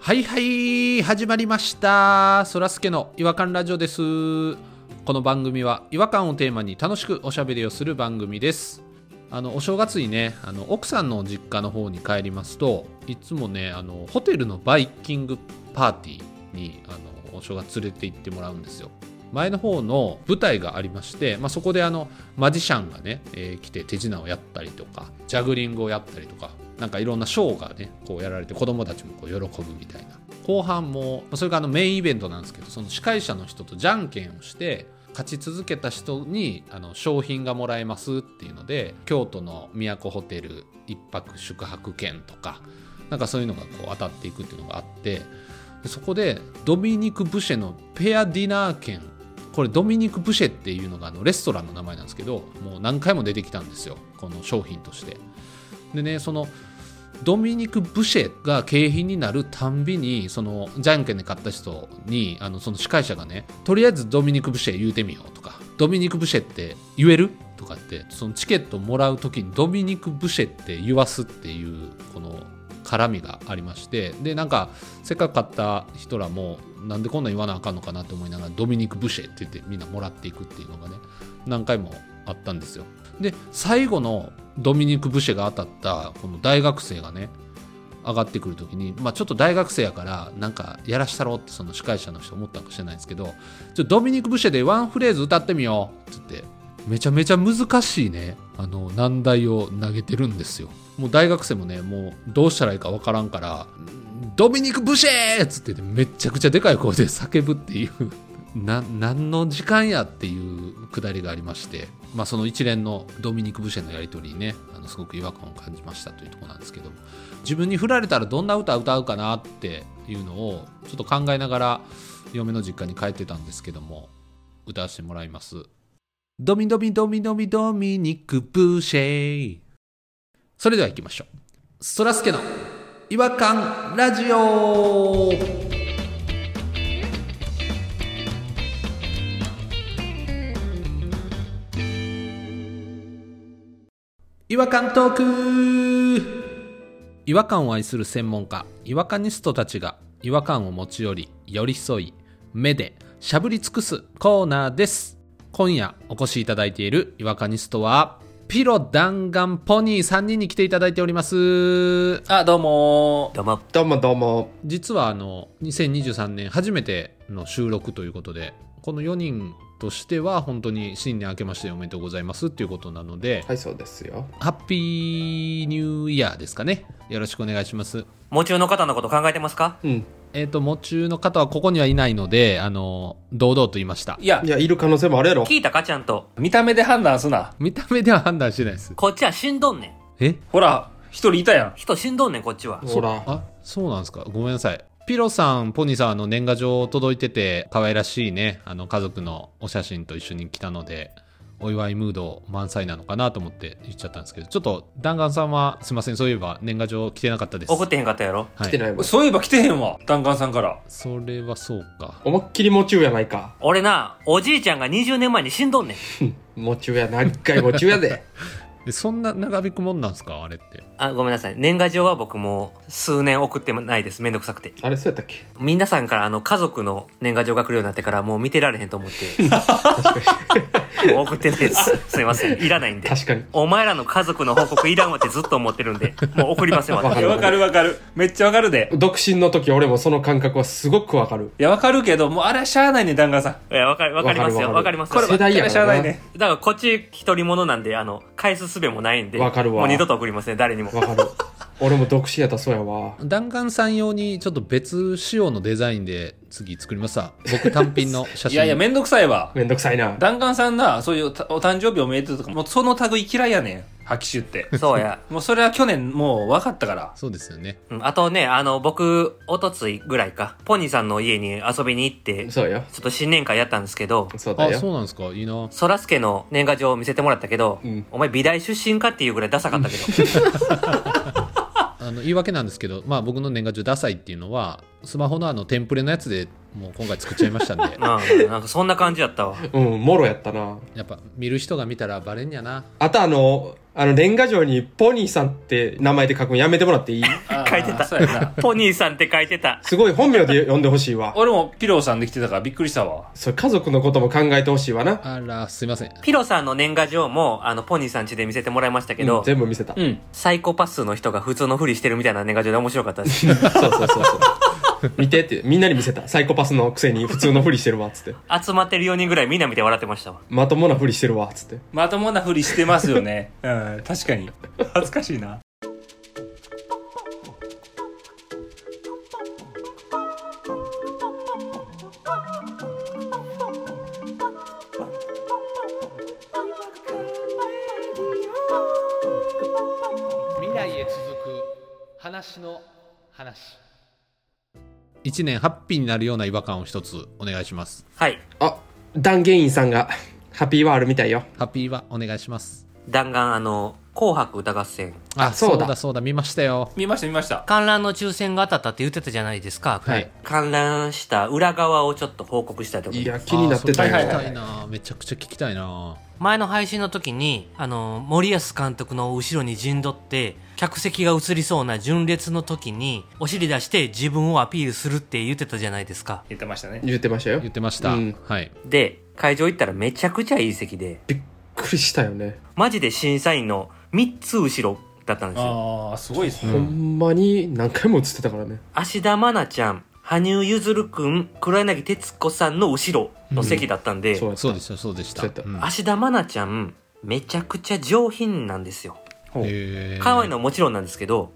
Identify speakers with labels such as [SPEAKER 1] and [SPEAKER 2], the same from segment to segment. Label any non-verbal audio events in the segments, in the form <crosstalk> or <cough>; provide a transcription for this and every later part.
[SPEAKER 1] はいはい始まりましたそらすけの違和感ラジオですこの番組は違和感をテーマに楽しくおしゃべりをする番組ですあのお正月にねあの奥さんの実家の方に帰りますといつもねあのホテルのバイキングパーティーにあのお正月連れて行ってもらうんですよ前の方の舞台がありまして、まあ、そこであのマジシャンがね、えー来て手品をやったりとかジャグリングをやったりとかなんかいろんなショーがねこうやられて子供たちもこう喜ぶみたいな後半もまあそれがあのメインイベントなんですけどその司会者の人とじゃんけんをして勝ち続けた人にあの商品がもらえますっていうので京都の都ホテル一泊宿泊券とかなんかそういうのがこう当たっていくっていうのがあってでそこでドミニク・ブシェのペアディナー券これドミニク・ブシェっていうのがあのレストランの名前なんですけどもう何回も出てきたんですよこの商品としてでねそのドミニク・ブシェが景品になるたんびにそのじゃんけんで買った人にあのその司会者がねとりあえずドミニク・ブシェ言うてみようとかドミニク・ブシェって言えるとかってそのチケットもらう時にドミニク・ブシェって言わすっていうこの絡みがありましてでなんかせっかく買った人らもなんでこんなん言わなあかんのかなと思いながらドミニク・ブシェって言ってみんなもらっていくっていうのがね何回もあったんですよで最後のドミニク・ブシェが当たったこの大学生がね上がってくる時に、まあ、ちょっと大学生やからなんかやらしたろってその司会者の人思ったんかもしれないですけど「ちょドミニク・ブシェでワンフレーズ歌ってみよう」っつってめちゃめちゃ難しいねあの難題を投げてるんですよもう大学生もねもうどうしたらいいかわからんから「ドミニク・ブシェー!」っつってねめっちゃくちゃでかい声で叫ぶっていうな何の時間やっていうくだりがありまして、まあ、その一連のドミニク・ブシェのやり取りにねあのすごく違和感を感じましたというところなんですけども自分に振られたらどんな歌歌うかなっていうのをちょっと考えながら嫁の実家に帰ってたんですけども歌わせてもらいます「ドミドミドミドミドミニク・ブシェ」それでは行きましょうそらすけの「違和感ラジオ」違和感トーク違和感を愛する専門家違和感ニストたちが違和感を持ち寄り寄り添い目でしゃぶり尽くすコーナーです今夜お越しいただいている違和感ニストはピロ弾丸ポニー3人に来ていただいております
[SPEAKER 2] あ、どうも
[SPEAKER 3] どうも。
[SPEAKER 4] どうもどうも。
[SPEAKER 1] 実はあの2023年初めての収録ということでこの4人としては本当に新年明けましておめでとうございますっていうことなので、
[SPEAKER 4] はい、そうですよ。
[SPEAKER 1] ハッピーニューイヤーですかね。よろしくお願いします。
[SPEAKER 3] 夢中の方のこと考えてますか
[SPEAKER 4] うん。
[SPEAKER 1] えっ、と、夢中の方はここにはいないので、あの、堂々と言いました
[SPEAKER 2] い。や
[SPEAKER 4] い、や、いる可能性もあるやろ。
[SPEAKER 3] 聞いたかちゃんと。
[SPEAKER 2] 見た目で判断すな。
[SPEAKER 1] 見た目では判断してないです。
[SPEAKER 3] こっちは死んどんねん。
[SPEAKER 1] え
[SPEAKER 2] ほら、一人いたやん。
[SPEAKER 3] 人死んどんねん、こっちは。
[SPEAKER 4] ほら。
[SPEAKER 1] あ、そうなんですか。ごめんなさい。ピロさん、ポニーさん、あの、年賀状届いてて、可愛らしいね、あの、家族のお写真と一緒に来たので、お祝いムード満載なのかなと思って言っちゃったんですけど、ちょっと、弾丸さんは、すいません、そういえば年賀状来てなかったです。
[SPEAKER 3] 送ってへんかったやろ。
[SPEAKER 1] は。
[SPEAKER 4] 来てないいもん。
[SPEAKER 2] そういえば来てへんわ。弾丸さんから。
[SPEAKER 1] それはそうか。
[SPEAKER 4] 思いっきり夢中やないか。
[SPEAKER 3] 俺な、おじいちゃんが20年前に死んどんねん。
[SPEAKER 4] 夢中や、何回夢中や
[SPEAKER 2] <laughs>
[SPEAKER 4] で。
[SPEAKER 1] えそんな長引くもんなんですかあれって。
[SPEAKER 3] あ、ごめんなさい。年賀状は僕もう数年送ってないです。めんどくさくて。
[SPEAKER 4] あれ、そうやったっけ
[SPEAKER 3] 皆さんからあの家族の年賀状が来るようになってからもう見てられへんと思って。もう送ってないです。すいません。いらないんで。
[SPEAKER 4] 確かに。
[SPEAKER 3] お前らの家族の報告いらんわってずっと思ってるんで、もう送りません、
[SPEAKER 4] わか
[SPEAKER 3] 私
[SPEAKER 4] る。
[SPEAKER 2] わかるわかる。めっちゃわかるで。
[SPEAKER 4] 独身の時、俺もその感覚はすごくわかる。
[SPEAKER 2] いや、わかるけど、もうあれはしゃあないね、弾丸さん。
[SPEAKER 3] いや、わかる、わかりますよ。わかりますよ
[SPEAKER 4] これ世代やろ
[SPEAKER 2] あれはしゃあないね。
[SPEAKER 3] だからこっち独り者なんで、あの、返す術もないんで。
[SPEAKER 4] わかるわ
[SPEAKER 3] もう二度と送りません、誰にも。
[SPEAKER 4] わかる。俺も独身やったらそうやわ。
[SPEAKER 1] 弾丸さん用にちょっと別仕様のデザインで次作りますわ僕単品の写真
[SPEAKER 2] いやいや、めんどくさいわ。
[SPEAKER 4] めんどくさいな。
[SPEAKER 2] 弾丸さんな、そういうたお誕生日おめでとうとか、もうその類嫌いやねん。拍手って。
[SPEAKER 3] そうや。
[SPEAKER 2] もうそれは去年もう分かっ
[SPEAKER 1] <laughs>
[SPEAKER 2] たから。
[SPEAKER 1] そうですよね
[SPEAKER 3] うんあとね、あの、僕、おとついぐらいか、ポニーさんの家に遊びに行って、ちょ
[SPEAKER 4] そうよ。
[SPEAKER 3] っと新年会やったんですけど、
[SPEAKER 4] そうだ
[SPEAKER 1] あそ
[SPEAKER 4] よ。
[SPEAKER 1] うなんですかいいな
[SPEAKER 3] そらすけの年賀状を見せてもらったけど、
[SPEAKER 4] うん
[SPEAKER 3] お前美大出身かっていうぐらいダサかったけど、
[SPEAKER 1] あの言い訳なんですけど、まあ、僕の年賀状ダサいっていうのはスマホのあのテンプレのやつでもう今回作っちゃいましたん
[SPEAKER 3] <laughs>
[SPEAKER 1] で
[SPEAKER 3] あなんかそんな感じやったわ。
[SPEAKER 4] うん、もろやったな。
[SPEAKER 1] やっぱ見る人が見たらバレんやな
[SPEAKER 4] あとあの、あの、レンガ城にポニーさんって名前で書くのやめてもらっていい
[SPEAKER 2] あー
[SPEAKER 3] 書いてた
[SPEAKER 2] そうやな。
[SPEAKER 3] ポニーさんって書いてた。
[SPEAKER 4] すごい本名で呼んでほしいわ。
[SPEAKER 2] 俺もピローさんできてたからびっくりしたわ。
[SPEAKER 4] それ家族のことも考えてほしいわな。
[SPEAKER 1] あらすいません
[SPEAKER 3] ピロさんの年賀状も、あの、ポニーさん家で見せてもらいましたけ
[SPEAKER 4] う
[SPEAKER 3] ど
[SPEAKER 4] ん、全部見せた。
[SPEAKER 2] うん。
[SPEAKER 3] サイコパスの人が普通のふりしてるみたいな年賀状で面白かった
[SPEAKER 4] <laughs>
[SPEAKER 3] です。
[SPEAKER 4] そうそうそうそう。見てって、みんなに見せた。サイコパスのくせに普通のふりしてるわ、つって。
[SPEAKER 3] 集まってる4人ぐらいみんな見て笑ってましたわ。
[SPEAKER 4] まともなふりしてるわ、つって。
[SPEAKER 2] まともなふりしてますよね。うん、確かに。恥ずかしいな。
[SPEAKER 1] 未来へ続く話の話1年ハッピーになるような違和感を一つお願いします
[SPEAKER 3] はい。
[SPEAKER 4] あ、断言員さんが、ハッピーワールみたいよ。
[SPEAKER 1] ハッピーはお願いします
[SPEAKER 3] 弾丸、あの、紅白歌合戦。
[SPEAKER 1] あ
[SPEAKER 4] そうだ
[SPEAKER 1] そうだそうだ見ましたよ
[SPEAKER 2] 見ました見ました。
[SPEAKER 5] 観覧の抽選が当たったって言ってたじゃないですか。
[SPEAKER 1] はい
[SPEAKER 3] 観覧した裏側をちょっと報告したいと思い
[SPEAKER 4] い
[SPEAKER 3] ます。
[SPEAKER 4] や、気になってた
[SPEAKER 1] あーそれ聞き
[SPEAKER 4] よ。
[SPEAKER 1] たいなめちゃくちゃ聞きたいな
[SPEAKER 5] 前の配信の時に、あの、森保監督の後ろに陣取って、客席が映りそうな純烈の時に、お尻出して自分をアピールするって言ってたじゃないですか。
[SPEAKER 2] 言ってましたね。
[SPEAKER 4] 言ってましたよ。び
[SPEAKER 1] 言
[SPEAKER 4] っ
[SPEAKER 1] ってました、
[SPEAKER 4] うん
[SPEAKER 1] はい
[SPEAKER 3] で、会場行ったらめちゃくちゃいい席で、
[SPEAKER 4] くりしたよね。
[SPEAKER 3] マジで審査員の3つ後ろだったんですよ。
[SPEAKER 2] ああ、すごいです
[SPEAKER 1] う
[SPEAKER 4] ほ
[SPEAKER 1] ん
[SPEAKER 2] ね。
[SPEAKER 4] んまに何回も映ってたからね。
[SPEAKER 3] 芦田愛菜ちゃん、羽生結弦くん、黒柳徹子さんの後ろの席だったんで、
[SPEAKER 4] そうやった
[SPEAKER 1] そうでしたそうでした
[SPEAKER 4] そうやった
[SPEAKER 1] ん
[SPEAKER 3] 芦田愛菜ちゃん、めちゃくちゃ上品なんですよ。
[SPEAKER 2] ほう
[SPEAKER 1] へー
[SPEAKER 3] 可愛いのはもちろんなんですけど、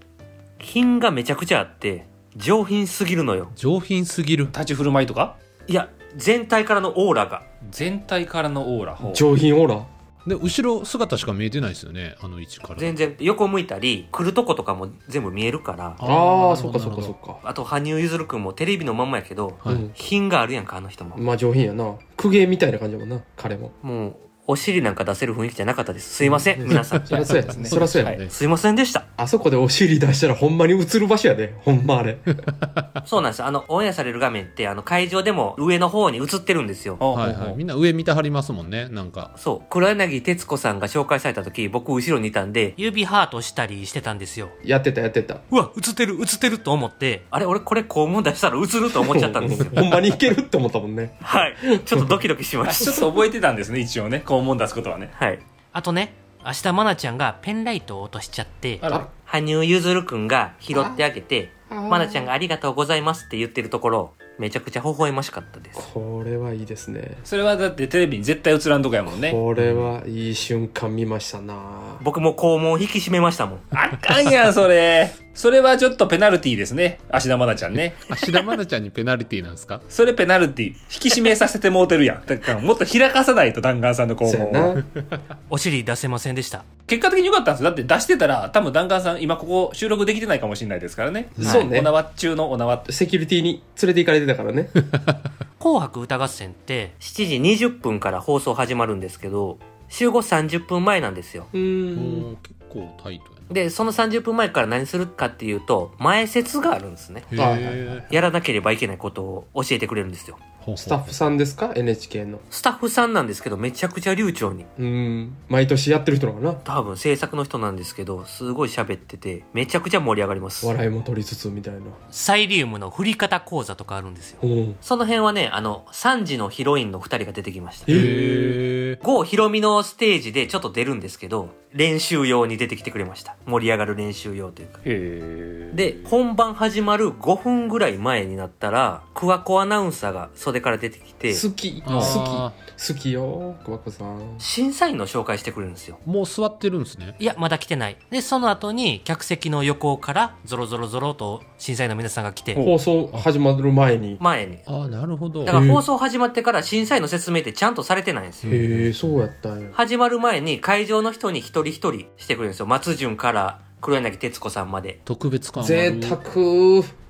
[SPEAKER 3] 品がめちゃくちゃあって、上品すぎるのよ。
[SPEAKER 1] 上品すぎる
[SPEAKER 2] 立ち振る舞いとか
[SPEAKER 3] いや、全体からのオーラが。
[SPEAKER 2] 全体からのオーラ。ほう
[SPEAKER 4] 上品オーラ。
[SPEAKER 1] で後ろ姿しか見えてないですよねあの位置から
[SPEAKER 3] 全然、横向いたり、来るとことかも全部見えるから、
[SPEAKER 4] ああ、
[SPEAKER 1] ー
[SPEAKER 4] そっかそっか
[SPEAKER 1] な
[SPEAKER 4] そっ
[SPEAKER 1] る
[SPEAKER 4] か。
[SPEAKER 3] あと、羽生結弦くんもテレビのまんまやけど、
[SPEAKER 1] ほどはい
[SPEAKER 3] 品があるやんか、あの人も
[SPEAKER 4] う。ん。まあ上品やな。公家みたいな感じやもんな、彼も。
[SPEAKER 3] もう、お尻なんか出せる雰囲気じゃなかったです。すいません、皆さ
[SPEAKER 4] <laughs>
[SPEAKER 3] ん。
[SPEAKER 4] そりゃそうや。そりゃそうやもんね。
[SPEAKER 1] ね
[SPEAKER 3] すいませんでした。
[SPEAKER 4] あそこでお尻出したらほんまに映る場所やで。ほんまあれ。
[SPEAKER 3] そうなんですよ。あの、オンエアされる画面って、あの、会場でも上の方に映ってるんですよ。
[SPEAKER 2] ほうほう
[SPEAKER 1] はいはいみんな上見てはりますもんねなんか
[SPEAKER 3] そう。黒柳徹子さんが紹介された時、僕後ろにいたんで、
[SPEAKER 5] 指ハートしたりしてたんですよ。
[SPEAKER 4] やってたやってた。。
[SPEAKER 5] うわ、映ってる、映ってると思って、
[SPEAKER 3] あれ、俺これ肛門出したら映ると思っちゃった
[SPEAKER 5] <laughs>
[SPEAKER 3] んですよ
[SPEAKER 4] ほんまにいけるって思ったもんね。
[SPEAKER 3] はい。ちょっとドキドキしま
[SPEAKER 2] あちょ
[SPEAKER 3] し。
[SPEAKER 2] ったと覚えてたんですね、一応ね。肛門出すことはね。
[SPEAKER 3] はい。
[SPEAKER 5] あとね、明日愛菜ちゃんがペンライトを落としちゃって、
[SPEAKER 2] あら、
[SPEAKER 3] 羽生結弦くんが拾ってあげて、まなちゃんがありがとうございますって言ってるところ、めちゃくちゃ微笑ましかったです。
[SPEAKER 4] これはいいですね。
[SPEAKER 2] それはだってテレビに絶対映らんとこやもんね。
[SPEAKER 4] これはいい瞬間見ましたな。
[SPEAKER 3] 僕も肛門引き締めましたもん。
[SPEAKER 2] あかんやん、それ。それはちょっとペナルティーですね。芦田愛菜ちゃんね。
[SPEAKER 1] 芦田愛菜ちゃんにペナルティーなんですか
[SPEAKER 2] それペナルティー。引き締めさせてもうてるやん。だからもっと開かさないと、弾丸さんの
[SPEAKER 4] そ
[SPEAKER 2] 肛
[SPEAKER 4] うや
[SPEAKER 2] 門を。
[SPEAKER 4] な。
[SPEAKER 5] お尻出せませんでした。
[SPEAKER 2] 結果的に良かったんですよ。だって出してたら、多分弾丸さん、今ここ収録できてないかもしれないですからね。
[SPEAKER 4] そうね
[SPEAKER 2] お縄中のお縄って。
[SPEAKER 4] セキュリティに連れて行かれてたからね。
[SPEAKER 5] 紅白歌合戦って、
[SPEAKER 3] 7時20分から放送始まるんですけど、集合30分前なんですよ。
[SPEAKER 4] う
[SPEAKER 1] お
[SPEAKER 4] ん。
[SPEAKER 1] ー結構タイト
[SPEAKER 3] で、その30分前から何するかっていうと、前説があるんですね。
[SPEAKER 1] やな
[SPEAKER 4] はいはい
[SPEAKER 1] へえ
[SPEAKER 3] やらなければいけないことを教えてくれるんですよ。
[SPEAKER 4] スタッフさんですか ?NHK の。
[SPEAKER 3] スタッフさんなんですけど、めちゃくちゃ流暢に。
[SPEAKER 4] うん。毎年やってる人なのかな。
[SPEAKER 3] 多分制作の人なんですけど、すごい喋ってて、めちゃくちゃ盛り上がります。
[SPEAKER 4] 笑いも取りつつみたいな。
[SPEAKER 5] サイリウムの振り方講座とかあるんですよ。
[SPEAKER 4] うん。
[SPEAKER 3] その辺はね、あの、3時のヒロインの2人が出てきました。
[SPEAKER 1] へえ
[SPEAKER 3] 郷ひろみのステージでちょっと出るんですけど、練習用に出てきてくれました。盛り上がる練習用というか。
[SPEAKER 2] へ
[SPEAKER 3] で、本番始まる5分ぐらい前になったら、クワコアナウンサーが袖から出てきて、
[SPEAKER 4] 好き。好
[SPEAKER 1] あ
[SPEAKER 4] き。好きよ。くわこさん。
[SPEAKER 3] 審査員の紹介してくれるんですよ。
[SPEAKER 1] ーもう座ってるんですね
[SPEAKER 5] いや、まだ来てない。で、その後に客席の横からゾロゾロゾロと審査員の皆さんが来て、
[SPEAKER 4] 放送始まる前に。
[SPEAKER 3] 前に。
[SPEAKER 1] ああなるほど
[SPEAKER 3] だから放送始まってから審査員の説明ってちゃんとされてないんですよ。
[SPEAKER 4] へえ、そうやったんや。
[SPEAKER 3] 始まる前に会場の人に一人一人してくれるんですよ。松潤から黒柳徹子さんまで。
[SPEAKER 1] 特別感あ
[SPEAKER 4] 贅
[SPEAKER 1] る
[SPEAKER 4] 沢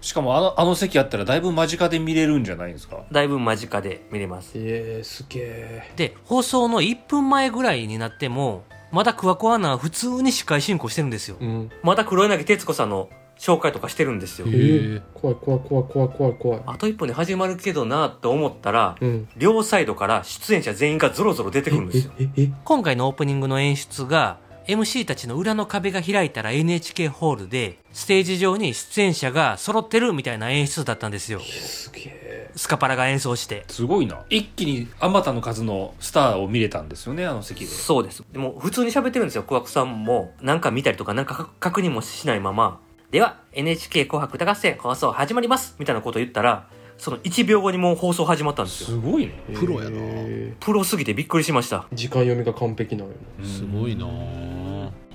[SPEAKER 2] しかもあの、あの席あったらだいぶ間近で見れるんじゃないですか。
[SPEAKER 3] だいぶ間近で見れます。
[SPEAKER 4] ええ、すげえ。
[SPEAKER 5] で、放送の1分前ぐらいになっても、まだクワコアナは普通に司会進行してるんですよ
[SPEAKER 4] う。ん。
[SPEAKER 3] また黒柳徹子さんの紹介とかしてるんですよ
[SPEAKER 1] へえ。
[SPEAKER 4] え怖い怖い怖い怖い怖い怖い。
[SPEAKER 3] あと一歩に始まるけどなと思ったら、
[SPEAKER 4] うん。
[SPEAKER 3] 両サイドから出演者全員がゾロゾロ出てくるんですよ。
[SPEAKER 4] え、え、
[SPEAKER 5] 今回のオープニングの演出が MC たちの裏の壁が開いたら NHK ホールでステージ上に出演者が揃ってるみたいな演出だったんですよ
[SPEAKER 4] えすげえ。
[SPEAKER 5] スカパラが演奏して
[SPEAKER 2] すごいな一気にあまたの数のスターを見れたんですよねあの席で
[SPEAKER 3] そうです。でも普通に喋ってるんですよ。小悪さんもなんか見たりとかなんかか確認もしないまま。では NHK 紅白歌合戦放送始まりますみたいなこと言ったら、その1秒後にもう放送始まったんですよ。
[SPEAKER 2] すごいね
[SPEAKER 1] プロやな
[SPEAKER 4] えー
[SPEAKER 3] プロすぎてびっくりしました。
[SPEAKER 4] 時間読みが完璧なのよな。
[SPEAKER 1] すごいな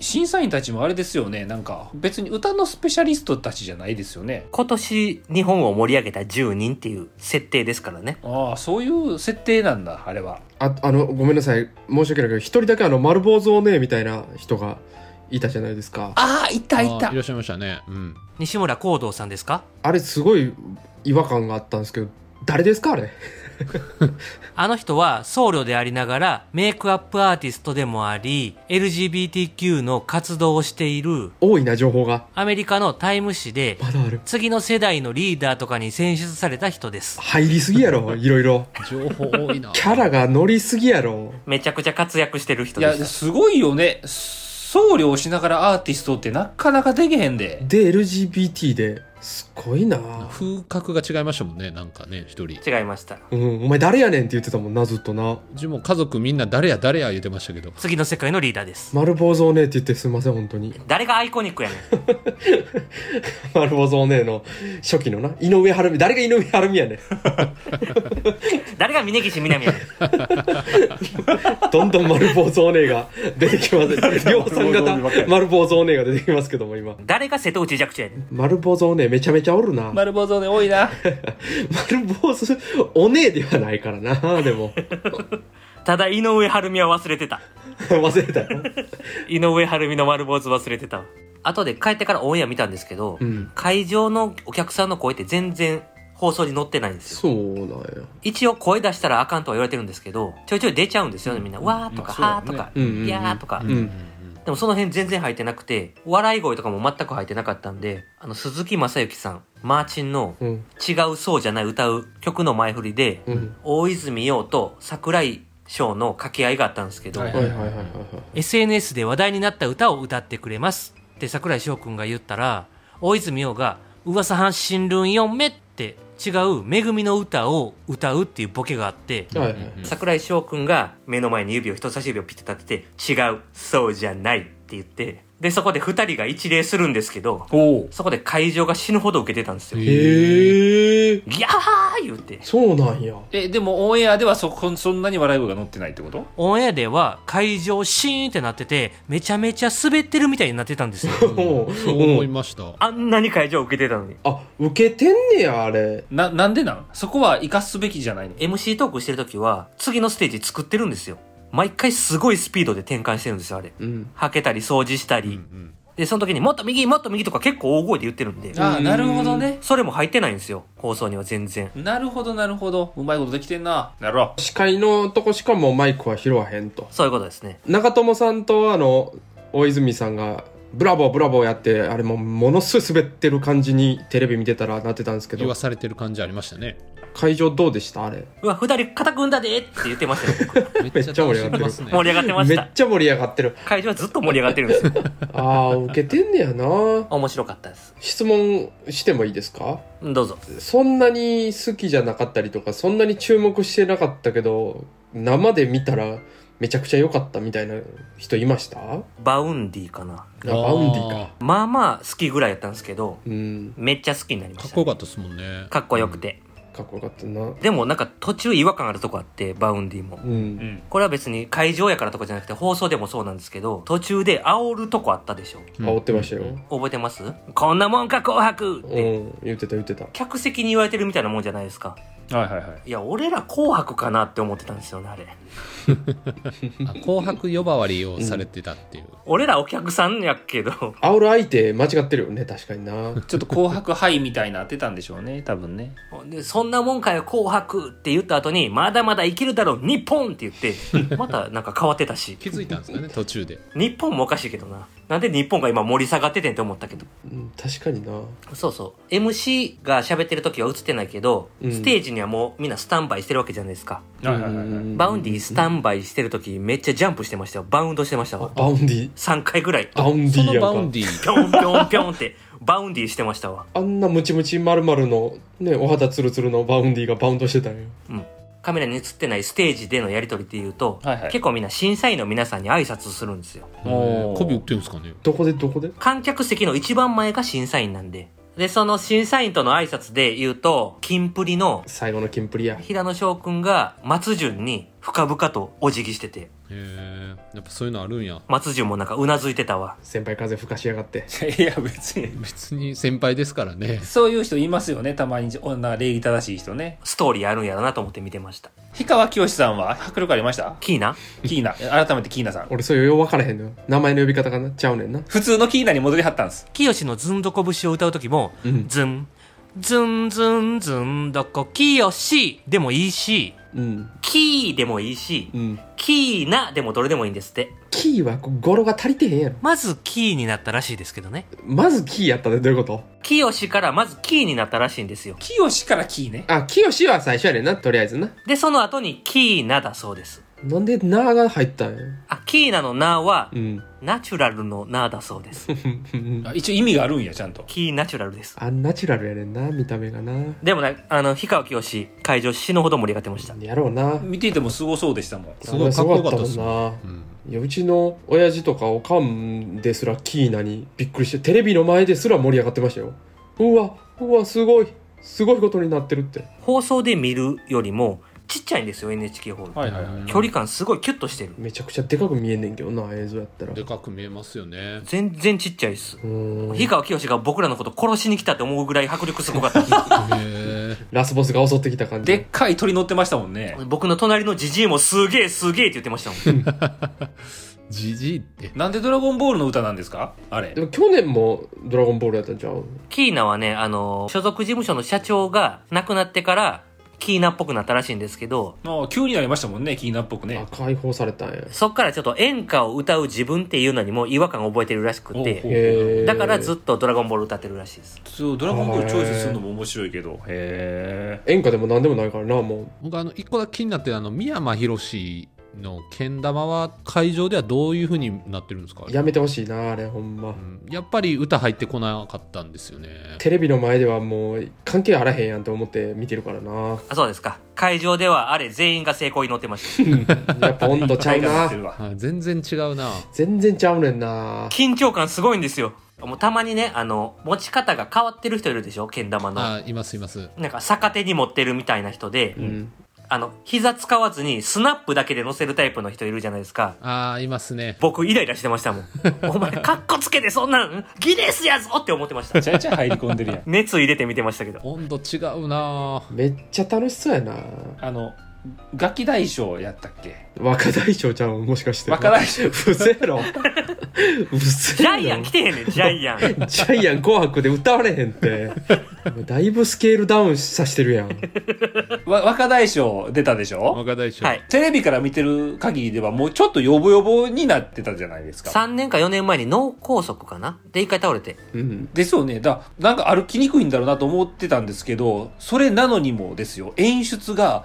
[SPEAKER 2] 審査員たちもあれですよねなんか別に歌のスペシャリストたちじゃないですよね
[SPEAKER 3] 今年日本を盛り上げた10人っていう設定ですからね。
[SPEAKER 2] ああそういう設定なんだあれは
[SPEAKER 4] ああのごめんなさい申し訳ないけど一人だけあの丸坊主をねみたいな人がいたじゃないですかあ
[SPEAKER 2] ああいたい
[SPEAKER 1] あ
[SPEAKER 2] た
[SPEAKER 1] いらっしゃいましたねうん
[SPEAKER 5] 西村光堂さんですか
[SPEAKER 4] れすごい違和感があったんですけど誰ですかあれ
[SPEAKER 5] あの人は僧侶でありながらメイクアップアーティストでもあり LGBTQ の活動をしている
[SPEAKER 4] 多いな情報が
[SPEAKER 5] アメリカのタイム誌で
[SPEAKER 4] まだある
[SPEAKER 5] 次の世代のリーダーとかに選出された人です
[SPEAKER 4] 入りすぎやろいろいろ
[SPEAKER 1] 情報多いな
[SPEAKER 4] キャラが乗りすぎやろ
[SPEAKER 3] めちゃくちゃ活躍してる人
[SPEAKER 2] い
[SPEAKER 3] で
[SPEAKER 2] や
[SPEAKER 3] した。
[SPEAKER 2] すごいよね僧侶をしながらアーティストってなかなかできへんで
[SPEAKER 4] で LGBT ですごいな
[SPEAKER 1] 風格が違いましたもんねなんかね一人
[SPEAKER 3] 違いました。
[SPEAKER 4] うんお前誰やねんって言ってたもんなずっとな
[SPEAKER 1] うちも家族みんな誰や誰や言ってましたけど
[SPEAKER 5] 次の世界のリーダーです
[SPEAKER 4] 丸坊主をねって言ってすいません本当に
[SPEAKER 3] 誰がアイコニックやねん。
[SPEAKER 4] 丸坊主おねの初期のな井上晴美誰が井上晴美やねん
[SPEAKER 3] 誰が峯岸みなみやねん。
[SPEAKER 4] どんどん丸坊主お姉が出てきます。 <laughs> 量産型丸坊主お姉が出てきますけども、今。
[SPEAKER 3] 誰が瀬戸内寂聴やねん。
[SPEAKER 4] 丸坊主お姉めちゃめちゃおるな。丸
[SPEAKER 2] 丸坊主ね多いな
[SPEAKER 4] 坊主お姉ではないからな、でも。 <laughs>
[SPEAKER 3] ただ井上晴美は忘れてた。
[SPEAKER 4] 忘れたよ。
[SPEAKER 3] 井上晴美の丸坊主忘れてたわ後で帰ってからオンエア見たんですけど、
[SPEAKER 4] うん。
[SPEAKER 3] 会場のお客さんの声って全然放送に載ってないんですよ
[SPEAKER 4] そうなんや。
[SPEAKER 3] 一応声出したらあかんとは言われてるんですけどちょいちょい出ちゃうんですよねみんな「わ」ーとか「
[SPEAKER 2] まあ
[SPEAKER 3] は」
[SPEAKER 2] そ
[SPEAKER 3] と
[SPEAKER 2] うだ
[SPEAKER 3] か「
[SPEAKER 2] ね
[SPEAKER 4] うんうんうん
[SPEAKER 3] いや」とか、
[SPEAKER 1] うんうん
[SPEAKER 3] でもその辺全然入ってなくて笑い声とかも全く入ってなかったんであの鈴木雅之さんマーチンの
[SPEAKER 4] うん。
[SPEAKER 3] 「違うそうじゃない」歌う曲の前振りで、
[SPEAKER 4] うん。
[SPEAKER 3] 大泉洋と桜井翔の掛け合いがあったんですけど、
[SPEAKER 2] はい
[SPEAKER 4] はいはいはいはいはい。
[SPEAKER 5] SNS で話題になった歌を歌ってくれますって桜井翔くんが言ったら大泉洋が「噂半身論4目」って違う「めぐみの歌」を歌うっていうボケがあって
[SPEAKER 4] はいはい。
[SPEAKER 3] 桜井翔くんが目の前に指を人差し指をピッて立てて「違うそうじゃない」って言ってでそこで二人が一礼するんですけど
[SPEAKER 2] おお
[SPEAKER 3] そこで会場が死ぬほど受けてたんですよ
[SPEAKER 4] へえ。
[SPEAKER 3] ギャー言うて
[SPEAKER 4] そうなんや。
[SPEAKER 2] えでもオンエアではそこそんなに笑い声が乗ってないってこと
[SPEAKER 5] オンエアでは会場シーンってなっててめちゃめちゃ滑ってるみたいになってたんですよ
[SPEAKER 4] <laughs> もう
[SPEAKER 1] そう思
[SPEAKER 4] う
[SPEAKER 1] い
[SPEAKER 4] ん
[SPEAKER 1] ました
[SPEAKER 3] <laughs> あんなに会場受けてたのに
[SPEAKER 4] あ、受けてんねや、あれ。
[SPEAKER 2] ななんでなんそこは生かすべきじゃないの
[SPEAKER 3] MC トークしてる時は次のステージ作ってるんですよ毎回すごいスピードで転換してるんですよあれ
[SPEAKER 4] うん。
[SPEAKER 3] はけたり掃除したり、でその時にもっと右もっと右とか結構大声で言ってるんで
[SPEAKER 2] ああなるほどね
[SPEAKER 3] それも入ってないんですよ放送には全然
[SPEAKER 2] なるほどなるほどうまいことできてんななるほ
[SPEAKER 4] 司会のとこしかもうマイクは拾わへんと。
[SPEAKER 3] そういうことですね
[SPEAKER 4] 長友さんとあの大泉さんが「ブラボーブラボー」やってあれもうものすごい滑ってる感じにテレビ見てたらなってたんですけ
[SPEAKER 1] 言
[SPEAKER 4] ど
[SPEAKER 1] わされてる感じありましたね
[SPEAKER 4] 会場どうでしたあれ
[SPEAKER 3] うわ、二人肩組んだでって言ってましたよ。
[SPEAKER 1] めっ
[SPEAKER 4] ちゃ楽しんでますす
[SPEAKER 1] ね
[SPEAKER 3] 盛り上がってま
[SPEAKER 4] め
[SPEAKER 3] し。
[SPEAKER 4] ったちゃ盛り上がってる
[SPEAKER 3] 会場はずっと盛り上がってるんですよ。
[SPEAKER 4] ああ受けてんねやな
[SPEAKER 3] 面白かったです。
[SPEAKER 4] 質問してもいいですか
[SPEAKER 3] どうぞ。
[SPEAKER 4] そんなに好きじゃなかったりとかそんなに注目してなかったけど生で見たらめちゃくちゃ良かったみたいな人いましたあ
[SPEAKER 3] バウンディかな。
[SPEAKER 4] バウンディか
[SPEAKER 1] か
[SPEAKER 3] まあまあ好きぐらいやったんですけど、
[SPEAKER 4] うん
[SPEAKER 3] めっちゃ好きになりま
[SPEAKER 1] かっ
[SPEAKER 3] し
[SPEAKER 1] こ
[SPEAKER 3] た。
[SPEAKER 1] よかったですもんね
[SPEAKER 3] かっこよくて。
[SPEAKER 4] かっこよかったな
[SPEAKER 3] でもなんか途中違和感あるとこあって、バウンディも
[SPEAKER 4] う。ん
[SPEAKER 2] どうん
[SPEAKER 3] これは別に会場やからとかじゃなくて放送でもそうなんですけど、途中で煽るとこあったでしょ。
[SPEAKER 1] うん
[SPEAKER 4] 煽ってましたよ
[SPEAKER 3] 覚えてますこんなもんか紅白っ
[SPEAKER 4] う
[SPEAKER 3] て。
[SPEAKER 4] ん言ってた言ってた
[SPEAKER 3] 客席に言われてるみたいなもんじゃないですか。
[SPEAKER 2] はいはいはい
[SPEAKER 3] いや、俺ら紅白かなって思ってたんですよね、あれ。
[SPEAKER 1] あ紅白呼ばわりをされてたっていう、
[SPEAKER 3] 俺らお客さんやけど、
[SPEAKER 4] 煽る相手間違ってるよね確
[SPEAKER 1] <laughs>
[SPEAKER 4] かにな
[SPEAKER 2] ちょっと紅白ハイみたいなってたんでしょうね多分ね
[SPEAKER 3] でそんなもんかよ紅白って言った後にまだまだ生きるだろう日本って言ってまたなんか変わってたし
[SPEAKER 1] 気づいたんですかね途中で
[SPEAKER 3] 日本もおかしいけどななんで日本が今盛り下がっててんって思ったけど。
[SPEAKER 4] うん、確かにな。
[SPEAKER 3] そうそう。MC が喋ってる時は映ってないけど、
[SPEAKER 4] うん
[SPEAKER 3] ステージにはもうみんなスタンバイしてるわけじゃないですか。
[SPEAKER 2] はいはいはいはい
[SPEAKER 3] バウンディスタンバイしてる時めっちゃジャンプしてましたよ。バウンドしてましたわ。
[SPEAKER 4] バウンディ。
[SPEAKER 3] 3回ぐらい。ぴ
[SPEAKER 4] バウンデ
[SPEAKER 1] そ
[SPEAKER 4] ィ
[SPEAKER 1] のバウ
[SPEAKER 4] やん
[SPEAKER 1] ン
[SPEAKER 4] か。
[SPEAKER 1] ディ
[SPEAKER 3] ょんぴょんぴょんって、バウンディしてましたわ。
[SPEAKER 4] あんなムチムチ丸々の、ね、お肌ツルツルのバウンディがバウンドしてたんよ。
[SPEAKER 3] うん。カメラに映ってないステージでのやりとりっていうと、
[SPEAKER 2] はいはい
[SPEAKER 3] 結構みんな審査員の皆さんに挨拶するんですよ。
[SPEAKER 2] おー
[SPEAKER 1] コビ売ってるんですかね
[SPEAKER 4] どこでどこで
[SPEAKER 3] 観客席の一番前が審査員なんで。で、その審査員との挨拶で言うと、金プリの
[SPEAKER 4] 最後のキンプリや。
[SPEAKER 3] 平野翔くんが松潤に深々とお辞儀してて、
[SPEAKER 1] へえやっぱそういうのあるんや
[SPEAKER 3] 松潤もなんかうなずいてたわ。
[SPEAKER 4] 先輩風吹かしやがって。
[SPEAKER 2] <laughs> いや別に
[SPEAKER 1] 別に先輩ですからね
[SPEAKER 2] そういう人いますよねたまに女礼儀正しい人ね
[SPEAKER 3] ストーリーあるんやろなと思って見てました。
[SPEAKER 2] 氷川きよしさんは迫力ありました
[SPEAKER 3] キーナ
[SPEAKER 2] キーナ改めてキーナさん
[SPEAKER 4] 俺そういうよう分からへんのよ。名前の呼び方がなっちゃうねんな。
[SPEAKER 2] 普通のキーナに戻りはったんです
[SPEAKER 5] 清のずんどこ節を歌う時も、
[SPEAKER 4] うん
[SPEAKER 5] ずんずんずんずんどこ清でもいいし
[SPEAKER 4] うん。
[SPEAKER 3] キーでもいいし
[SPEAKER 4] う、ん。
[SPEAKER 3] キーナでもどれでもいいんですって。
[SPEAKER 4] キーは語呂が足りてへんやろ。
[SPEAKER 5] まずキーになったらしいですけどね
[SPEAKER 4] まずキーやったでどういうこと
[SPEAKER 3] キヨシからまずキーになったらしいんですよ。
[SPEAKER 2] きよしからキーね
[SPEAKER 4] あ、キヨシは最初やねんな、とりあえずな。
[SPEAKER 3] で、その後にキーナだそうです。
[SPEAKER 4] なんでナーが入ったんや。
[SPEAKER 3] あ、キーナのナは
[SPEAKER 4] う、 <laughs> ん。
[SPEAKER 3] ナチュラルのナだそう
[SPEAKER 5] <laughs>
[SPEAKER 3] です。
[SPEAKER 2] あ一応意味があるんやちゃんと
[SPEAKER 3] キーナチュラルです。
[SPEAKER 4] アンナチュラルやねんな、見た目がな。
[SPEAKER 3] でもね、あの、氷川きよし、会場死ぬほど盛り上がってました。
[SPEAKER 4] やろうな。
[SPEAKER 2] 見ていてもすごそうでしたもん
[SPEAKER 1] すごいかっこよかったっす
[SPEAKER 4] 名前すごかったもんな。
[SPEAKER 1] うん
[SPEAKER 4] いやうちの親父とかおかんですらキーナにびっくりしてテレビの前ですら盛り上がってましたようわうわすごいすごいことになってるって
[SPEAKER 3] 放送で見るよりも、ちっちゃいんですよ、NHK ホール。
[SPEAKER 2] はいはいはい
[SPEAKER 3] 距離感すごいキュッとしてる。
[SPEAKER 4] めちゃくちゃでかく見えんねんけどな映像やったら
[SPEAKER 1] でかく見えますよ
[SPEAKER 3] <laughs>
[SPEAKER 1] ね
[SPEAKER 3] 全然ちっちゃいっす。
[SPEAKER 4] うー
[SPEAKER 3] 氷
[SPEAKER 4] ん
[SPEAKER 3] 川きよしが僕らのこと殺しに来たって思うぐらい迫力すごかっ
[SPEAKER 5] <laughs>
[SPEAKER 3] た。
[SPEAKER 1] へ
[SPEAKER 4] ラスボスが襲ってきた感じ
[SPEAKER 2] でっかい鳥乗ってましたもんね
[SPEAKER 3] 僕の隣のジジイもすげえすげえって言ってましたもん。
[SPEAKER 1] <laughs> じじいって
[SPEAKER 2] なんで「ドラゴンボール」の歌なんですかあれ
[SPEAKER 4] でも去年も「ドラゴンボール」やったんちゃう
[SPEAKER 3] キーナはね、あの、所属事務所の社長が亡くなってから、キーナっぽくなったらしいんですけど、
[SPEAKER 2] ああ急になりましたもんねキーナっぽくね
[SPEAKER 4] あ解放されたんや
[SPEAKER 3] そっからちょっと演歌を歌う自分っていうのにも違和感を覚えてるらしく
[SPEAKER 2] おう
[SPEAKER 3] て、
[SPEAKER 4] へー
[SPEAKER 3] だからずっとドラゴンボール歌ってるらしいです。
[SPEAKER 2] そう「ドラゴンボール」チョイスするのも面白いけどへえ
[SPEAKER 4] 演歌でも何でもないからなもう
[SPEAKER 1] 僕あの一個だけ気になってるあの三山ひろしのけん玉は会場ではどういう風になってるんですか
[SPEAKER 4] やめてほしいなあれほんま
[SPEAKER 1] うんやっぱり歌入ってこなかったんですよね
[SPEAKER 4] テレビの前ではもう関係あらへんやんと思って見てるからな
[SPEAKER 3] あ、そうですか。会場ではあれ全員が成功に乗ってました。
[SPEAKER 4] やっぱ温度ちゃうな
[SPEAKER 1] あ全然違うな
[SPEAKER 4] 全然ちゃうねんな
[SPEAKER 3] 緊張感すごいんですよ。もうたまにね、あの、持ち方が変わってる人いるでしょけん玉の。
[SPEAKER 1] あいますいます
[SPEAKER 3] なんか逆手に持ってるみたいな人で、
[SPEAKER 4] うん
[SPEAKER 3] あの、膝使わずにスナップだけで乗せるタイプの人いるじゃないですか。
[SPEAKER 1] あいますね
[SPEAKER 3] 僕イライラしてま <laughs> したもん。お前、カッコつけてそんなん、ギネスやぞって思ってました。
[SPEAKER 2] ちゃいちゃい入り込んでるや <laughs> ん
[SPEAKER 3] 熱入れて見てましたけど。
[SPEAKER 1] 温度違うな
[SPEAKER 4] めっちゃ楽しそうやな
[SPEAKER 2] あのガキ大将やったっけ
[SPEAKER 4] 若大将ちゃんもしかして
[SPEAKER 2] 若大将
[SPEAKER 4] うせや
[SPEAKER 3] <laughs>
[SPEAKER 4] ろうせ
[SPEAKER 3] <laughs> ジ
[SPEAKER 4] や
[SPEAKER 3] ャ
[SPEAKER 4] ろ
[SPEAKER 3] イアン来てへんねん、ジャイアン。 <laughs>
[SPEAKER 4] ジャイアン紅白で歌われへんってだいぶスケールダウンさしてるやん
[SPEAKER 2] わ若大将出たでしょ
[SPEAKER 1] 若大将、
[SPEAKER 3] はい。
[SPEAKER 2] テレビから見てる限りではもうちょっとヨボヨボになってたじゃないですか
[SPEAKER 3] 3年か4年前に脳梗塞かなで、一回倒れて。
[SPEAKER 4] うん
[SPEAKER 2] ですよねだなんか歩きにくいんだろうなと思ってたんですけどそれなのにもですよ演出が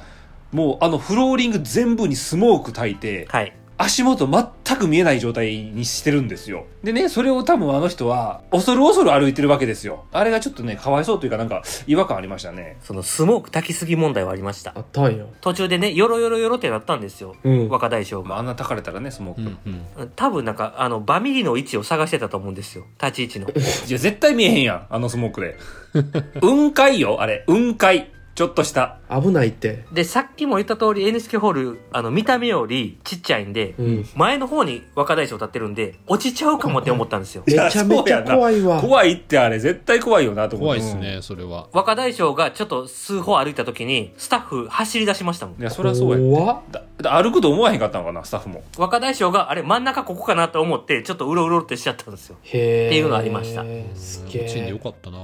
[SPEAKER 2] もうあのフローリング全部にスモーク焚いて
[SPEAKER 3] はい。
[SPEAKER 2] 足元全く見えない状態にしてるんですよでねそれを多分あの人は恐る恐る歩いてるわけですよあれがちょっとねかわいそうというかなんか違和感ありましたね
[SPEAKER 3] そのスモーク炊きすぎ問題はありました
[SPEAKER 4] あ。ったんや
[SPEAKER 3] 途中でね、よろよろよろってなったんですよ。
[SPEAKER 4] うん
[SPEAKER 3] 若大将
[SPEAKER 2] まあ
[SPEAKER 3] が。
[SPEAKER 2] あんなたかれたらねスモー
[SPEAKER 1] う
[SPEAKER 2] ク、
[SPEAKER 1] んうん、
[SPEAKER 3] 多分なんか、あの、バミリの位置を探してたと思うんですよ。立ち位置の。
[SPEAKER 2] いや絶対見えへんやんあのスモークで <laughs> 雲海よあれ雲海ちょっとした
[SPEAKER 4] 危ないって
[SPEAKER 3] で、さっきも言った通り NHK ホール、あの、見た目よりちっちゃいんで、
[SPEAKER 4] うん
[SPEAKER 3] 前の方に若大将立ってるんで、落ちちゃうかもって思ったんですよ。
[SPEAKER 4] めちゃめちゃ怖いわ
[SPEAKER 2] 怖いってあれ絶対怖いよなと思っ
[SPEAKER 1] 怖
[SPEAKER 2] て
[SPEAKER 1] いですね、それは
[SPEAKER 3] 若大将がちょっと数歩歩いた時に、スタッフ走り出しましたもん。
[SPEAKER 2] いやそれはそうや
[SPEAKER 4] 怖っ
[SPEAKER 2] だだから歩くと思わへんかったのかなスタッフも
[SPEAKER 3] 若大将があれ真ん中ここかなと思ってちょっとうろうろってしちゃったんですよ
[SPEAKER 4] へえ
[SPEAKER 3] っていうのがありました
[SPEAKER 4] す
[SPEAKER 1] うん
[SPEAKER 4] げ
[SPEAKER 1] うちんでよ
[SPEAKER 4] え
[SPEAKER 1] かったな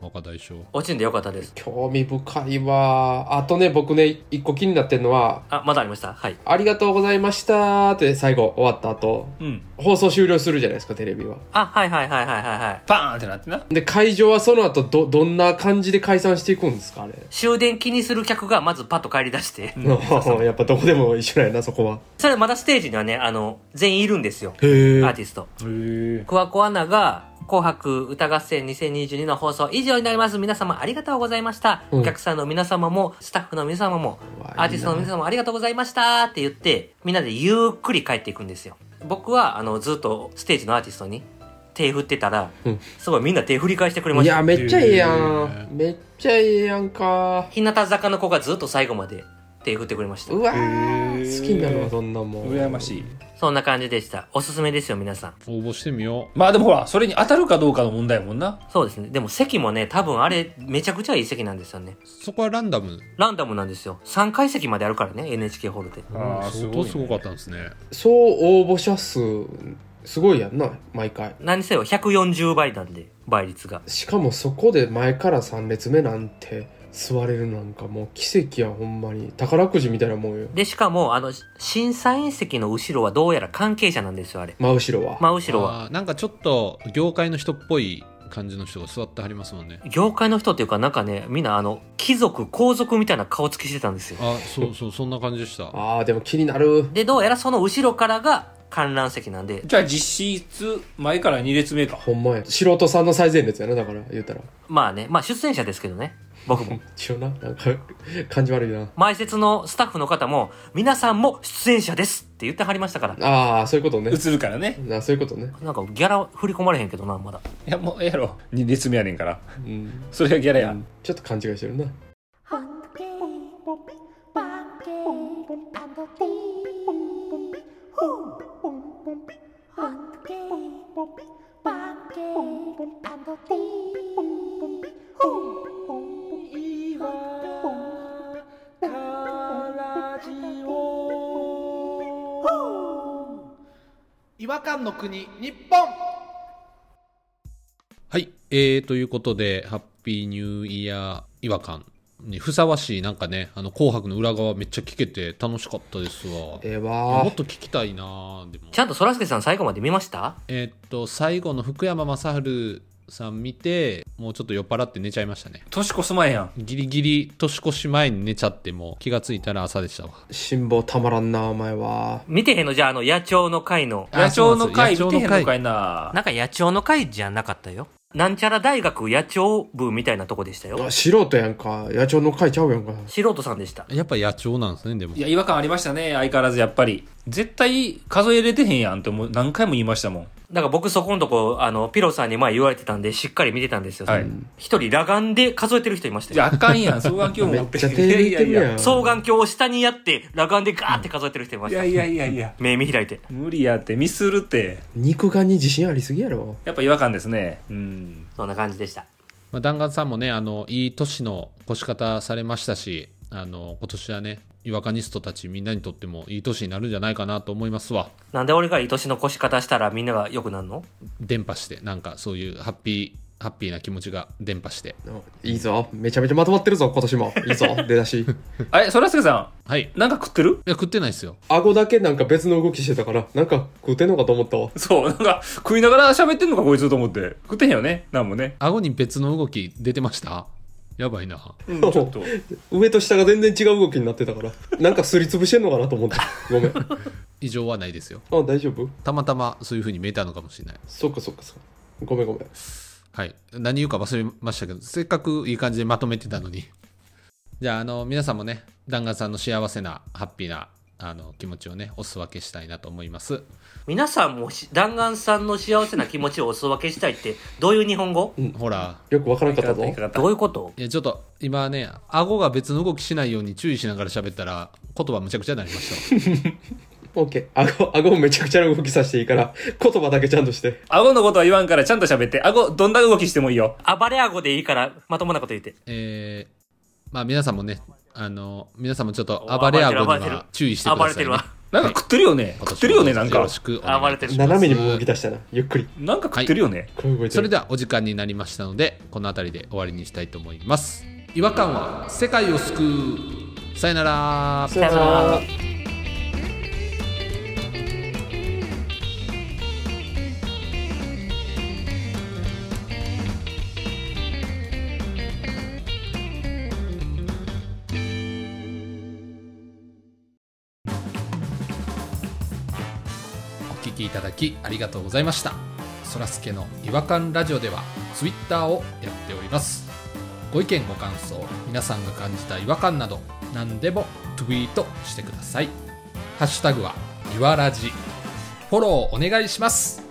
[SPEAKER 1] 若大将
[SPEAKER 3] 落ちんでよかったです
[SPEAKER 4] 興味深いわあとね僕ね一個気になってるのは
[SPEAKER 3] あまだありましたはい
[SPEAKER 4] 「ありがとうございました」って最後終わった後
[SPEAKER 2] うん
[SPEAKER 4] 放送終了するじゃないですかテレビは
[SPEAKER 3] あはいはいはいはいはいはい
[SPEAKER 2] パーンってなってな
[SPEAKER 4] で会場はその後どどんな感じで解散していくんですかあれ
[SPEAKER 3] 終電気にする客がまずパッと帰り出して、
[SPEAKER 4] <laughs> やっぱどこでも一緒なんやなそこは
[SPEAKER 3] それまだステージにはね、あの、全員いるんですよ。ア
[SPEAKER 4] へえ
[SPEAKER 3] ーティスト。クワコアナが、紅白歌合戦2022の放送以上になります。皆様ありがとうございました。
[SPEAKER 4] うん
[SPEAKER 3] お客さんの皆様も、スタッフの皆様も、
[SPEAKER 4] うわいいな
[SPEAKER 3] アーティストの皆様もありがとうございましたって言って、みんなでゆっくり帰っていくんですよ。僕は、あの、ずっとステージのアーティストに手振ってたら、
[SPEAKER 4] うん
[SPEAKER 3] すごいみんな手振り返してくれま
[SPEAKER 4] い
[SPEAKER 3] した
[SPEAKER 4] や。めっちゃええや
[SPEAKER 1] へ
[SPEAKER 4] んめっちゃええやんか
[SPEAKER 3] 日向坂の子がずっと最後まで手振ってくれました
[SPEAKER 4] う。わ
[SPEAKER 2] へ
[SPEAKER 4] ー
[SPEAKER 2] ー
[SPEAKER 4] 好きになるわそんなもん
[SPEAKER 2] 羨ましい
[SPEAKER 3] そんな感じでした。おすすめですよ、皆さん。
[SPEAKER 1] 応募してみよ
[SPEAKER 2] まあでもほらそれに当たるかどうかの問題やもんな
[SPEAKER 3] そうですね。でも席もね、多分あれ、めちゃくちゃいい席なんですよね。
[SPEAKER 1] うそこはランダム
[SPEAKER 3] ランダムなんですよ。3階席まであるからね、NHK ホールで。
[SPEAKER 2] あー
[SPEAKER 1] 相
[SPEAKER 2] ね
[SPEAKER 1] 当すごかったんですね
[SPEAKER 4] そう応募者数すごいやんな毎回
[SPEAKER 3] 何せよ140倍なんで、倍率が。
[SPEAKER 4] しかもそこで前から3列目なんて座れるなんかもう奇跡やほんまに宝くじみたいなもんよ
[SPEAKER 3] で、しかも、あの、審査員席の後ろはどうやら関係者なんですよ、あれ。
[SPEAKER 4] 真後ろは、
[SPEAKER 3] 真後ろは。
[SPEAKER 1] あーなんかちょっと業界の人っぽい感じの人が座ってはりますもんね
[SPEAKER 3] 業界の人っていうか、なんかね、みんなあの、貴族、皇族みたいな顔つきしてたんですよ。
[SPEAKER 1] あそうそうそんな感じでした
[SPEAKER 4] あーでも気になる
[SPEAKER 3] で、どうやらその後ろからが観覧席なんで、
[SPEAKER 2] じゃあ実質前から2列目か
[SPEAKER 4] ほんまや素人さんの最前列やなだから言うたら
[SPEAKER 3] まあね、まあ出演者ですけどね、僕
[SPEAKER 4] <laughs>
[SPEAKER 3] も。
[SPEAKER 4] 一応ななんか感じ悪いな
[SPEAKER 3] 前説のスタッフの方も、皆さんも出演者ですって言ってはりましたから。
[SPEAKER 4] ああそういうことね
[SPEAKER 2] 映るからね
[SPEAKER 4] あそういうことね
[SPEAKER 3] なんかギャラ振り込まれへんけどな、まだ。
[SPEAKER 2] いやもうええやろ2列目やねんから
[SPEAKER 4] うん
[SPEAKER 2] それがギャラや、
[SPEAKER 4] ちょっと勘違いしてるな
[SPEAKER 6] Hungry.
[SPEAKER 7] 違和感の国日本
[SPEAKER 1] はい、えー、ということで、ハッピーニューイヤー違和感にふさわしい、なんかね、あの紅白の裏側めっちゃ聞けて楽しかったですわ。
[SPEAKER 4] ええわ
[SPEAKER 1] もっ
[SPEAKER 4] ー
[SPEAKER 1] と聞きたいなでも。
[SPEAKER 3] ちゃんとそらすけさん最後まで見ました
[SPEAKER 1] えーっと、最後の福山雅治さん見て、もうちょっと酔っ払って寝ちゃいましたね。
[SPEAKER 2] 年越す前やん
[SPEAKER 1] ギリギリ年越し前に寝ちゃって、もう気がついたら朝でしたわ。
[SPEAKER 4] 辛抱たまらんなお前は
[SPEAKER 3] 見てへんのじゃあ、あの、野鳥の会の、
[SPEAKER 1] あ
[SPEAKER 2] 野鳥の会
[SPEAKER 1] そ
[SPEAKER 2] 見
[SPEAKER 1] う
[SPEAKER 2] て
[SPEAKER 1] なんですよ
[SPEAKER 2] へんのかいな
[SPEAKER 5] なんか野鳥の会じゃなかったよ。
[SPEAKER 3] なんちゃら大学野鳥部みたいなとこでしたよ
[SPEAKER 4] あ。素人やんか野鳥の会ちゃうやんか
[SPEAKER 3] 素人さんでした。
[SPEAKER 1] やっぱ野鳥なんですね、でも
[SPEAKER 2] い。や違和感ありましたね相変わらずやっぱり絶対数えれてへんやんってもう何回も言いましたもん
[SPEAKER 3] だから僕そこのとこ、あの、ピロさんに前言われてたんで、しっかり見てたんですよ。
[SPEAKER 2] はい
[SPEAKER 3] 一人裸眼で数えてる人いました
[SPEAKER 2] じゃ
[SPEAKER 3] よ。
[SPEAKER 2] ああかんやん <laughs> 双眼鏡
[SPEAKER 4] め
[SPEAKER 2] 持
[SPEAKER 4] っ
[SPEAKER 2] って
[SPEAKER 4] ちゃ手入れてるやん
[SPEAKER 3] 双眼鏡を下にやって、裸眼でガーって数えてる人いま
[SPEAKER 2] い
[SPEAKER 3] した。
[SPEAKER 2] やいやいやいや
[SPEAKER 3] 目見開いて。
[SPEAKER 2] 無理やってミスるって
[SPEAKER 4] 肉眼に自信ありすぎやろ
[SPEAKER 2] やっぱ違和感ですねうん
[SPEAKER 3] そんな感じでした。
[SPEAKER 1] まあ、弾丸さんもねあのいい年の越し方されましたしあの今年はね違和感ニストたちみんなにとってもいい年になるんじゃないかなと思いますわ
[SPEAKER 3] なんで俺が愛しの越し方したらみんなが良くなるの
[SPEAKER 1] 伝播してなんかそういうハッピーハッピーな気持ちが伝播して
[SPEAKER 4] いいぞめちゃめちゃまとまってるぞ今年もいいぞ出だし
[SPEAKER 2] あれそらすけさ
[SPEAKER 1] はいい
[SPEAKER 2] んなんか食ってる
[SPEAKER 1] や食ってないですよ
[SPEAKER 4] 顎だけなんか別の動きしてたからなんか食うてんのかと思ったわ
[SPEAKER 2] そうなんか食いながら喋ってんのかこいつと思って食ってへんよねなんもね
[SPEAKER 1] 顎に別の動き出てましたやばいな
[SPEAKER 2] うん <laughs> ちょっと
[SPEAKER 4] 上と下が全然違う動きになってたからなんかすりつぶしてんのかなと思ったごめんあ
[SPEAKER 1] 異常はないですよ
[SPEAKER 4] 大丈夫
[SPEAKER 1] たまたまそういう風に見えたのかもしれない
[SPEAKER 4] そっかそっかそっかごめんごめん
[SPEAKER 1] はい何言うか忘れましたけどせっかくいい感じでまとめてたのに <laughs> じゃああの皆さんもね弾丸さんの幸せなハッピーなあの気持ちをねお裾分けしたいなと思います
[SPEAKER 3] 皆さんもし弾丸さんの幸せな気持ちをお裾分けしたいって、どういう日本語
[SPEAKER 1] ほら
[SPEAKER 4] よくわからんかった
[SPEAKER 2] 引っ
[SPEAKER 4] ぞ
[SPEAKER 2] かかった
[SPEAKER 3] どういうこと
[SPEAKER 1] いやちょっと今ね顎が別の動きしないように注意しながら喋ったら言葉むちゃくちゃになりましたわ
[SPEAKER 4] オッケー顎顎めちゃくちゃな動きさせていいから言葉だけちゃんとして
[SPEAKER 2] 顎のことは言わんからちゃんと喋って顎どんな動きしてもいいよ
[SPEAKER 3] 暴れ顎でいいから、まともなこと言って。
[SPEAKER 1] えー、まあ皆さんもねあの皆さんもちょっと暴れあご
[SPEAKER 3] 暴れ
[SPEAKER 1] に
[SPEAKER 3] てる暴れて
[SPEAKER 1] は
[SPEAKER 3] る
[SPEAKER 1] 注意してくだ
[SPEAKER 3] 暴れ
[SPEAKER 1] さ
[SPEAKER 3] て
[SPEAKER 1] い、
[SPEAKER 3] る
[SPEAKER 1] ね
[SPEAKER 3] わ。
[SPEAKER 2] なんか
[SPEAKER 3] <laughs>
[SPEAKER 2] 食ってるよね。食ってるよね、なん
[SPEAKER 1] よろ
[SPEAKER 2] か。
[SPEAKER 1] しくお願いいたします
[SPEAKER 3] 暴れてる
[SPEAKER 4] 斜めにも動き出したなゆっくり
[SPEAKER 2] なんか食ってるよね。
[SPEAKER 4] こう動いて
[SPEAKER 1] それ
[SPEAKER 4] る
[SPEAKER 1] ではお時間になりましたのでこの辺りで終わりにしたいと思います違和感は世界を救うさよなら
[SPEAKER 4] さよなら
[SPEAKER 1] お聞きいただきありがとうございましたそらすけの違和感ラジオではツイッターをやっておりますご意見ご感想皆さんが感じた違和感など何でもツイートしてくださいハッシュタグはいわらじフォローお願いします